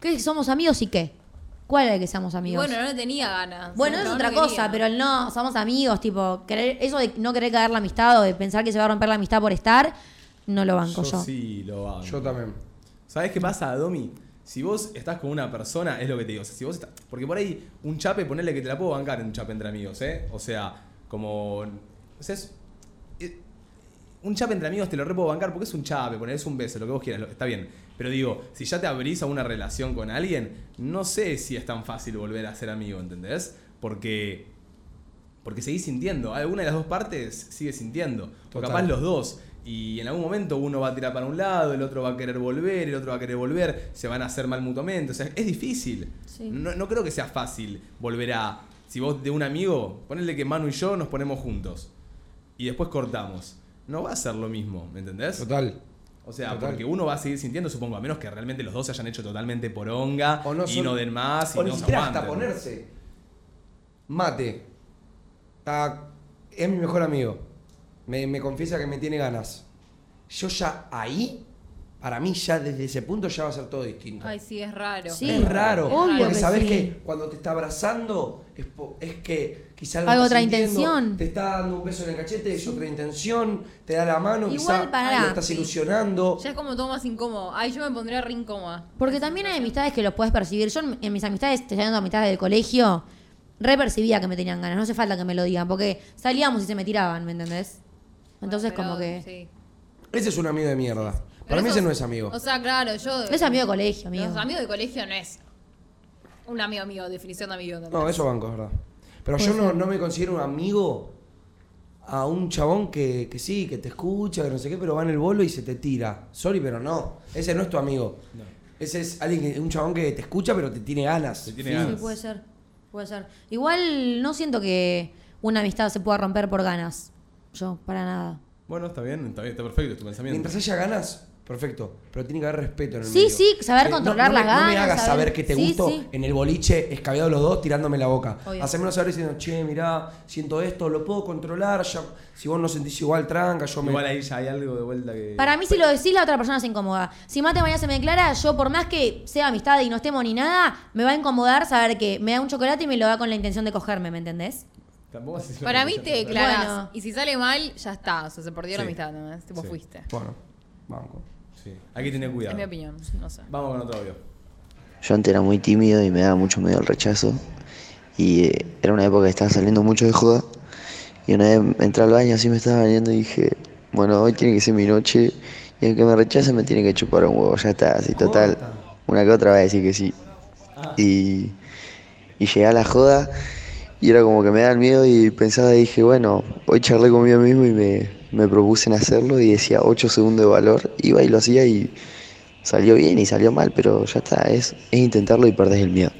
S3: ¿Qué somos amigos y qué? ¿Cuál era el que somos
S4: Y
S3: amigos?
S4: bueno, no le tenía ganas.
S3: Bueno,
S4: No,
S3: eso es
S4: no
S3: otra
S4: quería.
S3: cosa, pero el no, somos amigos, tipo, querer- eso de no querer caer la amistad o de pensar que se va a romper la amistad por estar, no lo banco
S1: Yo,
S3: yo.
S1: sí lo hago.
S2: Yo también.
S1: ¿Sabes qué pasa, Domi? Si vos estás con una persona, es lo que te digo. O sea, si vos estás- porque por ahí, un chape, ponele que te la puedo bancar en un chape entre amigos, ¿eh? O sea, como. O sea, es- eh, un chape entre amigos te lo re puedo bancar porque es un chape, ponele, es un beso, lo que vos quieras, lo- está bien. Pero digo, si ya te abrís a una relación con alguien, no sé si es tan fácil volver a ser amigo, ¿entendés? Porque porque seguís sintiendo. Alguna de las dos partes sigue sintiendo. O
S2: Total.
S1: capaz los dos. Y en algún momento uno va a tirar para un lado, el otro va a querer volver, el otro va a querer volver, se van a hacer mal mutuamente. O sea, es difícil.
S3: Sí.
S1: No, no creo que sea fácil volver a. Si vos de un amigo, ponele que Manu y yo nos ponemos juntos y después cortamos. No va a ser lo mismo, ¿me entendés?
S2: Total.
S1: O sea,
S2: Total.
S1: porque uno va a seguir sintiendo, supongo, a menos que realmente los dos se hayan hecho totalmente poronga
S2: O no
S1: y
S2: son-
S1: no den más y
S2: o
S1: no
S2: ni
S1: se
S2: siquiera hasta
S1: aguanten.
S2: ponerse. Mate. Ah, es mi mejor amigo. Me, me confiesa que me tiene ganas. Yo ya ahí, para mí ya desde ese punto ya va a ser todo distinto.
S4: Ay, sí, es raro.
S3: Sí.
S2: Es raro.
S3: Obvio
S2: porque
S3: que
S2: sabes
S3: sí.
S2: que cuando te está abrazando es, po- es que quizás
S3: Hay otra intención.
S2: Te está dando un beso en el cachete, es otra intención, te da la mano,
S3: Igual
S2: quizás
S3: pará.
S2: lo estás ilusionando.
S4: Ya es como todo más incómodo. Ay, yo me pondría re incómoda.
S3: Porque también hay amistades que los puedes percibir. Yo en en mis amistades, te llamando amistades del colegio, re percibía que me tenían ganas. No hace falta que me lo digan, porque salíamos y se me tiraban, ¿me entendés? Entonces,
S4: Bueno,
S3: como que.
S4: pero sí.
S2: Ese es un amigo de mierda. Para
S4: Pero
S2: mí
S4: esos-
S2: ese no es amigo.
S4: O sea, claro, yo.
S3: Es amigo de colegio, amigo.
S4: Los amigos de colegio no es un amigo amigo, definición de amigo.
S2: No, eso banco, es verdad. Pero yo no, no me considero un amigo a un chabón que, que sí, que te escucha, que no sé qué, pero va en el bolo y se te tira. Sorry, pero no. Ese no es tu amigo. Ese es alguien que, un chabón que te escucha, pero te tiene ganas.
S1: Te tiene
S2: Fin.
S1: ganas.
S3: Sí, puede ser. Puede ser. Igual no siento que una amistad se pueda romper por ganas. Yo, para nada.
S1: Bueno, está bien, está bien, está perfecto es tu pensamiento.
S2: Mientras haya ganas, perfecto. Pero tiene que haber respeto en el
S3: Sí,
S2: medio.
S3: sí, saber
S2: Eh, no-
S3: controlar
S2: no me-
S3: las
S2: No me
S3: ganas,
S2: hagas
S3: saber-
S2: saber que te
S3: sí,
S2: gusto
S3: sí.
S2: en el boliche, escabeado los dos, tirándome la boca.
S3: Obvio.
S2: Hacémelo saber diciendo, che, mirá, siento esto, lo puedo controlar. ya- si vos no sentís igual, tranca, yo me...
S1: Igual ahí ya hay algo de vuelta que.
S3: Para mí, si lo decís, la otra persona se incomoda. Si Mate mañana se me declara, yo, por más que sea amistad y no estemos ni nada, me va a incomodar saber que me da un chocolate y me lo da con la intención de cogerme, ¿me entendés?
S1: Tampoco así suena
S4: Para mí
S1: mucho,
S4: te
S1: pero-
S4: declarás.
S3: Bueno.
S4: Y si sale mal, ya está. O sea, se perdió la
S1: Sí.
S4: amistad, ¿no? Es Tipo,
S1: Sí.
S4: fuiste.
S2: Bueno, banco.
S1: Sí, hay que tener cuidado.
S4: Es mi opinión, no sé.
S1: Vamos con otro audio.
S9: Yo antes era muy tímido y me daba mucho miedo al rechazo. Y eh, era una época que estaba saliendo mucho de joda. Y una vez entré al baño, así me estaba bañando y dije, bueno, hoy tiene que ser mi noche. Y aunque me rechacen, me tiene que chupar un huevo. Ya está, así total. Una que otra va a decir que sí. Y, y llegué a la joda y era como que me da el miedo y pensaba, y dije, bueno, hoy charlé conmigo mismo y me, me propuse en hacerlo y decía 8 segundos de valor. Iba y lo hacía y salió bien y salió mal, pero ya está, es, es intentarlo y perdés el miedo.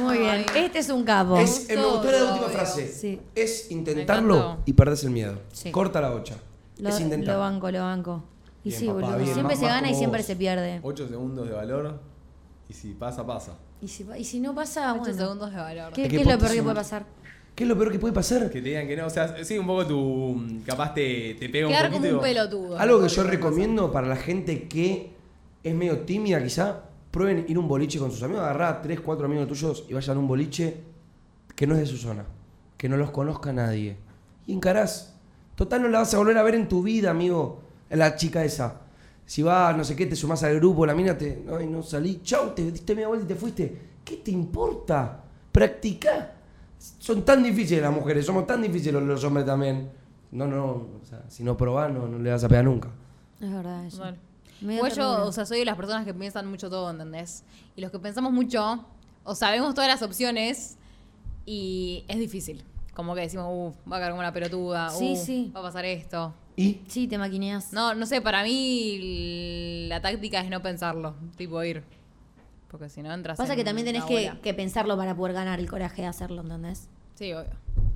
S3: Muy bien. Este es un capo.
S2: Es, eh, me gustó la
S4: todo,
S2: última
S4: obvio.
S2: frase.
S3: Sí.
S2: Es
S4: Me
S2: intentarlo
S4: encantó.
S2: y perdés el miedo.
S3: Sí.
S2: Corta la ocha.
S3: Lo,
S2: es
S3: lo
S2: intentarlo.
S3: banco, lo banco. Y
S2: Bien,
S3: sí,
S2: papá,
S3: boludo.
S2: bien,
S3: siempre
S2: más-
S3: se
S2: más
S3: gana y
S2: como
S3: siempre
S2: vos.
S3: se pierde.
S1: 8 segundos de valor. Y si pasa, pasa.
S3: Y si, y si no pasa,
S4: 8
S3: bueno.
S4: segundos de valor.
S3: ¿Qué,
S2: Hay que
S3: qué es lo peor que
S2: ponerse-
S3: puede pasar?
S2: ¿Qué es lo peor que puede pasar?
S1: Que te digan que no. O sea, sí, un poco tu. Capaz te, te pega
S4: Quedar
S1: un
S4: como
S1: poquito.
S4: un
S1: y vos-
S4: pelotudo.
S2: Algo que yo recomiendo para la gente que es medio tímida, quizá, prueben ir a un boliche con sus amigos. Agarrá tres, cuatro amigos tuyos y vayan a un boliche que no es de su zona. Que no los conozca nadie. Y encarás. Total, no la vas a volver a ver en tu vida, amigo. La chica esa. Si vas, no sé qué, te sumás al grupo, la mina te. Ay, no salí. Chau, te diste media vuelta y te fuiste. ¿Qué te importa? Practicá. son tan difíciles las mujeres, somos tan difíciles los hombres también. No, no, o sea, si no probás, no, no le vas a pegar nunca.
S3: Es verdad eso.
S4: Bueno.
S3: Me dio
S4: Igual yo,
S3: ternura.
S4: o sea, soy de las personas que piensan mucho todo, ¿entendés? Y los que pensamos mucho, o sabemos todas las opciones y es difícil. Como que decimos, uh, va a caer como una pelotuda,
S3: Sí,
S4: uh,
S3: sí.
S4: va a pasar esto.
S2: Y
S3: Sí, te maquineas.
S4: No, no sé, para mí la táctica es no pensarlo, tipo ir. Porque si no entras
S3: Pasa
S4: en
S3: que también tenés
S4: la
S3: que,
S4: bola.
S3: que pensarlo para poder ganar el coraje de hacerlo, ¿entendés?
S4: Sí, obvio.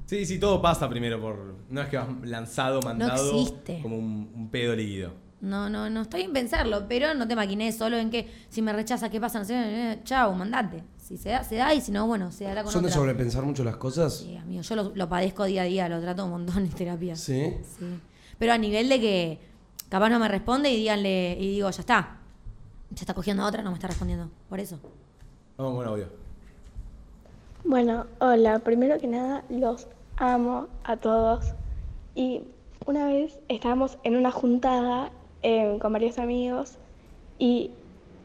S1: Sí, sí, todo pasa primero por. No es que vas lanzado, mandado
S3: existe.
S1: como un, un pedo líquido.
S3: No, no, no estoy en pensarlo, pero no te maquinees solo en que si me rechaza, ¿qué pasa? No sé, eh, chau, mandate. Si se da, se da y si no, bueno, se dará con
S2: ¿Son de
S3: otra.
S2: sobrepensar mucho las cosas?
S3: Sí, amigo, yo lo, lo padezco día a día, lo trato un montón en terapia.
S2: Sí.
S3: Sí. Pero a nivel de que capaz no me responde y díganle, y digo, ya está. Ya está cogiendo a otra, no me está respondiendo. Por eso.
S1: No, bueno, obvio.
S7: Bueno, hola, primero que nada los amo a todos. Y una vez estábamos en una juntada eh, con varios amigos y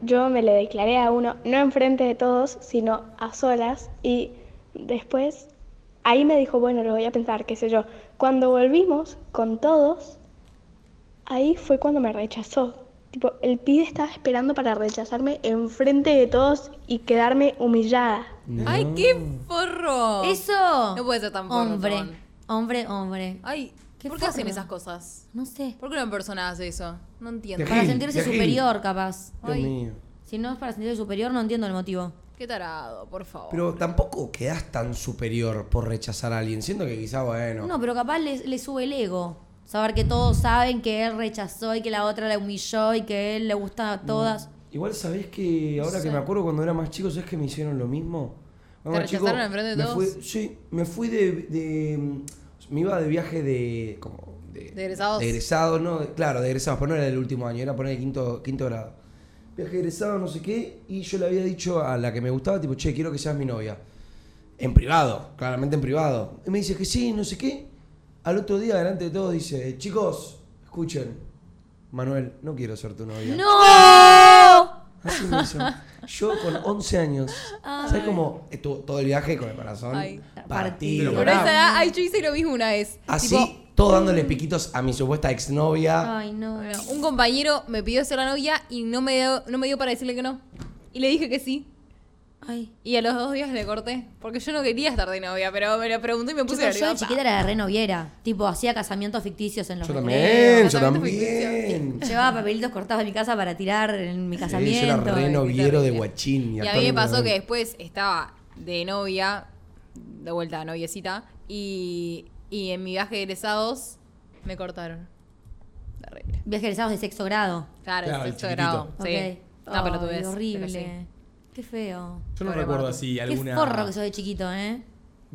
S7: yo me le declaré a uno, no enfrente de todos, sino a solas. Y después ahí me dijo, bueno, lo voy a pensar, qué sé yo. Cuando volvimos con todos, ahí fue cuando me rechazó. Tipo, el pibe estaba esperando para rechazarme enfrente de todos y quedarme humillada.
S2: Mm.
S4: ¡Ay, qué forro!
S3: ¡Eso!
S4: Oh. No puede ser tan forro,
S3: Hombre,
S4: chabón.
S3: hombre, hombre.
S4: Ay,
S3: Qué
S4: ¿por qué hacen
S3: forro.
S4: esas cosas?
S3: No sé.
S4: ¿Por qué una persona hace eso? No entiendo.
S2: Te
S3: Para
S2: Gil,
S3: sentirse
S2: de Gil.
S3: superior, capaz.
S2: Dios
S4: Ay.
S2: mío.
S3: Si no es para sentirse superior, no entiendo el motivo.
S4: Qué tarado, por favor.
S2: Pero tampoco quedás tan superior por rechazar a alguien. Siento que quizá, bueno.
S3: No, pero capaz le, le sube el ego. Saber que todos saben que él rechazó y que la otra la humilló y que a él le gusta a todas.
S2: Igual sabés que ahora que me acuerdo cuando era más chico, ¿sabés que me hicieron lo mismo? Cuando
S4: ¿Te
S2: era chico,
S4: rechazaron enfrente de
S2: me
S4: todos?
S2: fui- sí, me fui de, de- Me iba de viaje de. Como de,
S4: ¿De egresados?
S2: de egresados, no, de- claro, de egresados, pero no era el último año, era poner el quinto, quinto grado. Viaje de egresado, no sé qué, y yo le había dicho a la que me gustaba, tipo, che, quiero que seas mi novia. En privado, claramente en privado. Y me dice que sí, no sé qué. Al otro día, delante de todos, dice, chicos, escuchen, Manuel, no quiero ser tu novia.
S3: ¡No!
S2: Así me hizo. Yo con 11 años. ¿Sabes cómo estuvo todo el viaje con el corazón
S4: Ay.
S2: partido?
S1: Pero
S4: Por
S1: pará.
S4: esa edad, ay, yo hice lo mismo una vez.
S2: Así,
S4: Tipo, uh. Ah,
S2: todo dándole piquitos a mi supuesta exnovia.
S3: Ay, no.
S4: un compañero me pidió ser la novia y no me, dio, no me dio para decirle que no. Y le dije que sí.
S3: Ay.
S4: Y a los dos días le corté. Porque yo no quería estar de novia, pero me lo preguntó y me puse
S3: Chicos, yo de
S4: nerviosa.
S3: chiquita era re noviera. Tipo, hacía casamientos ficticios en los
S2: Yo también,
S3: recreos.
S2: yo también.
S3: Llevaba papelitos cortados de mi casa para tirar en mi
S4: eh,
S2: Sí, yo era
S3: casamiento.
S2: re noviero de
S4: terrible.
S2: guachín.
S4: Y a mí me pasó que después estaba de novia, de vuelta noviecita, y, y en mi viaje de egresados me cortaron. Terrible.
S3: Viajes egresados de sexto grado.
S4: Claro,
S1: Claro,
S4: el
S1: el
S4: sexto
S1: chiquitito.
S4: grado. Sí.
S3: Ok.
S4: No, pero tú
S3: Ay,
S4: ves.
S3: Horrible.
S4: pero sí.
S3: Qué feo.
S1: Yo no
S4: Pobre
S1: recuerdo
S4: Martu.
S1: así
S3: Qué
S1: alguna.
S3: forro que sos de chiquito, ¿eh?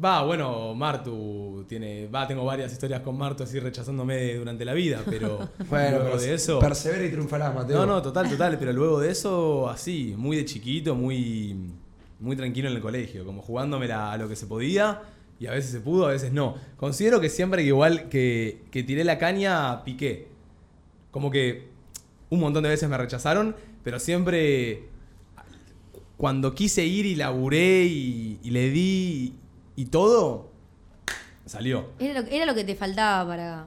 S1: Va, bueno, Martu tiene. Va, tengo varias historias con Martu así rechazándome de- durante la vida, pero.
S2: Bueno,
S1: luego
S2: pero
S1: de eso.
S2: persevera y triunfarás, Mateo.
S1: No, no, total, total, pero luego de eso, así, muy de chiquito, muy, muy tranquilo en el colegio, como jugándomela a lo que se podía y a veces se pudo, a veces no. Considero que siempre que igual que, que tiré la caña, piqué. Como que un montón de veces me rechazaron, pero siempre cuando quise ir y laburé y, y le di y, y todo, salió.
S3: Era lo, era lo que te faltaba para,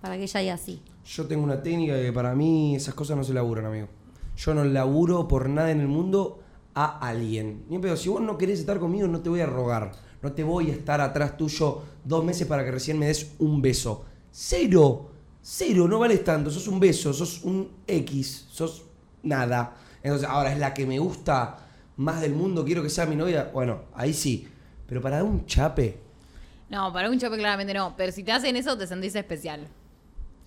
S3: para que ella diga así.
S2: Yo tengo una técnica que para mí esas cosas no se laburan, amigo. Yo no laburo por nada en el mundo a alguien. Ni en pedo, si vos no querés estar conmigo, no te voy a rogar. No te voy a estar atrás tuyo dos meses para que recién me des un beso. Cero. Cero, no vales tanto. Sos un beso, sos un X, sos nada. Entonces, ahora es la que me gusta más del mundo, quiero que sea mi novia. Bueno, ahí sí. Pero para dar un chape.
S4: No, para un chope claramente no. Pero si te hacen eso, te sentís especial.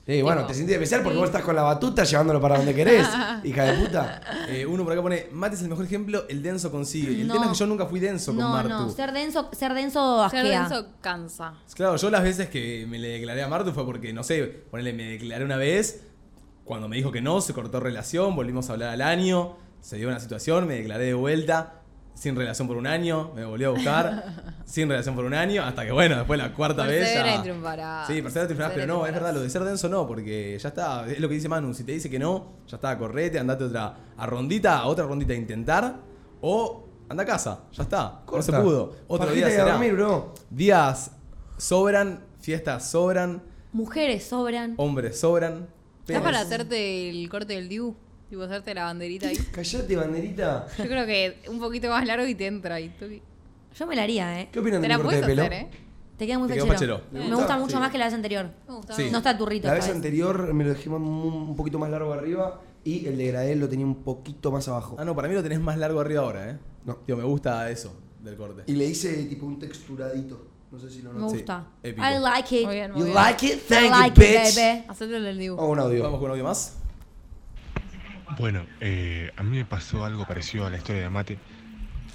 S2: Eh, bueno, te sentís especial porque vos estás con la batuta llevándolo para donde querés, hija de puta.
S1: Eh, uno por acá pone, Mate es el mejor ejemplo, el denso consigue. Y El
S3: No.
S1: tema es que yo nunca fui denso con
S3: no,
S1: Martu.
S3: no, ser denso, ser denso ajea.
S4: Ser denso cansa.
S1: Pues Claro, yo las veces que me le declaré a Martu fue porque, no sé, ponele, me declaré una vez, cuando me dijo que no, se cortó relación, volvimos a hablar al año, se dio una situación, me declaré de vuelta, sin relación por un año, me volvió a buscar, sin relación por un año, hasta que bueno, después la cuarta vez
S4: Persevera y
S1: ya...
S4: triunfarás.
S1: Sí, pues persevera y triunfarás,
S4: Persevera
S1: pero
S4: y
S1: no, es
S4: triunfarás.
S1: verdad, lo de ser denso no, porque ya está, es lo que dice Manu, si te dice que no, ya está, correte, andate otra a rondita, a otra rondita a intentar, o Anda a casa, ya está. No se
S2: Corta.
S1: pudo. Otro
S2: Pajita
S1: día
S2: y a
S1: será.
S2: dormir, bro.
S1: Días sobran, fiestas sobran,
S3: Mujeres sobran.
S1: hombres sobran.
S4: ¿Estás
S1: penes-
S4: para hacerte el corte del Dibu? Tipo, hacerte la banderita ahí.
S2: Callate, banderita.
S4: Yo creo que un poquito más largo y te entra. Y tú-
S3: Yo me la haría, ¿eh?
S2: ¿Qué opinan de
S4: Te la
S2: mi corte de
S4: puedes
S2: pelo?
S4: hacer, ¿eh?
S3: Te queda muy
S1: Te quedó
S3: fechero.
S1: fachero.
S3: Me
S1: ¿Le
S3: gusta,
S2: gusta? Sí.
S3: mucho más que la vez anterior.
S4: Me gustaba.
S1: Sí.
S3: No está turrito.
S2: La vez
S3: esta vez.
S2: anterior me lo dejé un, un poquito más largo arriba y el degradé lo tenía un poquito más abajo.
S1: Ah, no, para mí lo tenés más largo arriba ahora, ¿eh?
S2: No.
S1: Tío, me gusta eso del corte.
S2: Y le hice tipo un texturadito. No sé si lo
S3: Me
S2: notaste.
S3: gusta.
S1: épico.
S3: I like it.
S4: Muy bien, muy
S2: You
S4: bien.
S2: like it? Thank
S3: I
S2: you,
S3: like it,
S2: bitch.
S3: baby.
S4: Hacete el del Dibu.
S2: Vamos con audio.
S1: Vamos con un audio más.
S10: Bueno, eh, a mí me pasó algo parecido a la historia de Mate.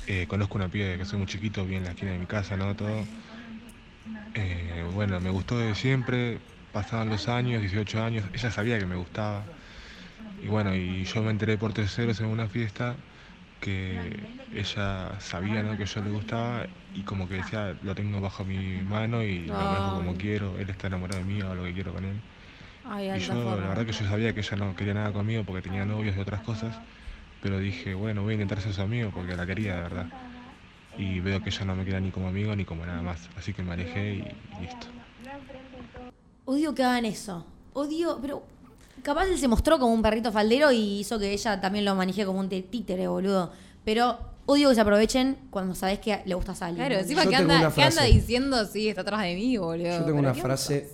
S10: Eh, conozco una piba de que soy muy chiquito, bien en la esquina de mi casa, ¿no? Todo. Eh, bueno, me gustó desde siempre. Pasaban los años, 18 años. Ella sabía que me gustaba. Y bueno, y yo me enteré por terceros en una fiesta que ella sabía ¿no? que yo le gustaba y como que decía, lo tengo bajo mi mano y lo manejo como
S4: Ay.
S10: quiero, él está enamorado de mí, hago lo que quiero con él.
S4: Ay,
S10: Y
S4: alta
S10: yo, la
S4: forma.
S10: verdad que yo sabía que ella no quería nada conmigo porque tenía novios y otras cosas, pero dije, bueno, voy a intentar ser su amigo porque la quería de verdad. Y veo que ella no me quería ni como amigo ni como nada más, así que me alejé y listo.
S3: Odio que hagan eso. Odio, pero capaz él se mostró como un perrito faldero y hizo que ella también lo maneje como un te- títere, boludo. Pero odio que se aprovechen cuando sabes que le gustas a alguien.
S4: Claro,
S3: boludo.
S4: encima,
S2: Yo
S4: ¿qué
S2: tengo
S4: anda,
S2: una
S4: ¿qué anda
S2: frase.
S4: diciendo? Sí, está atrás de mí, boludo.
S2: Yo
S4: Pero
S2: tengo una
S4: ¿qué
S2: frase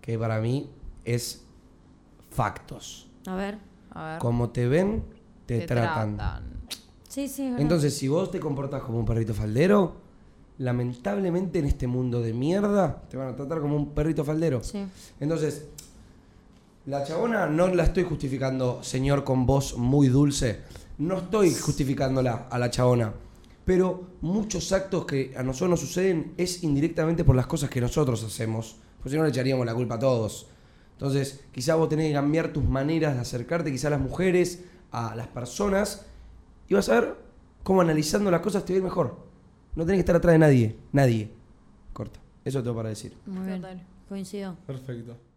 S2: que para mí es factos.
S3: A ver.
S4: onda? A ver.
S2: Como te ven, te,
S4: Te
S2: tratan.
S3: Sí, sí, es verdad.
S2: Entonces, si vos te comportás como un perrito faldero, lamentablemente en este mundo de mierda te van a tratar como un perrito faldero.
S3: Sí.
S2: Entonces, la chabona no la estoy justificando, señor, con voz muy dulce. No estoy justificándola a la chabona. Pero muchos actos que a nosotros nos suceden es indirectamente por las cosas que nosotros hacemos. Porque si no le echaríamos la culpa a todos. Entonces, quizá vos tenés que cambiar tus maneras de acercarte, quizá a las mujeres, a las personas. Y vas a ver cómo analizando las cosas te va a ir mejor. No tenés que estar atrás de nadie. Nadie. Corta. Eso tengo para decir.
S3: Muy bien.
S4: Total.
S3: Coincido.
S1: Perfecto.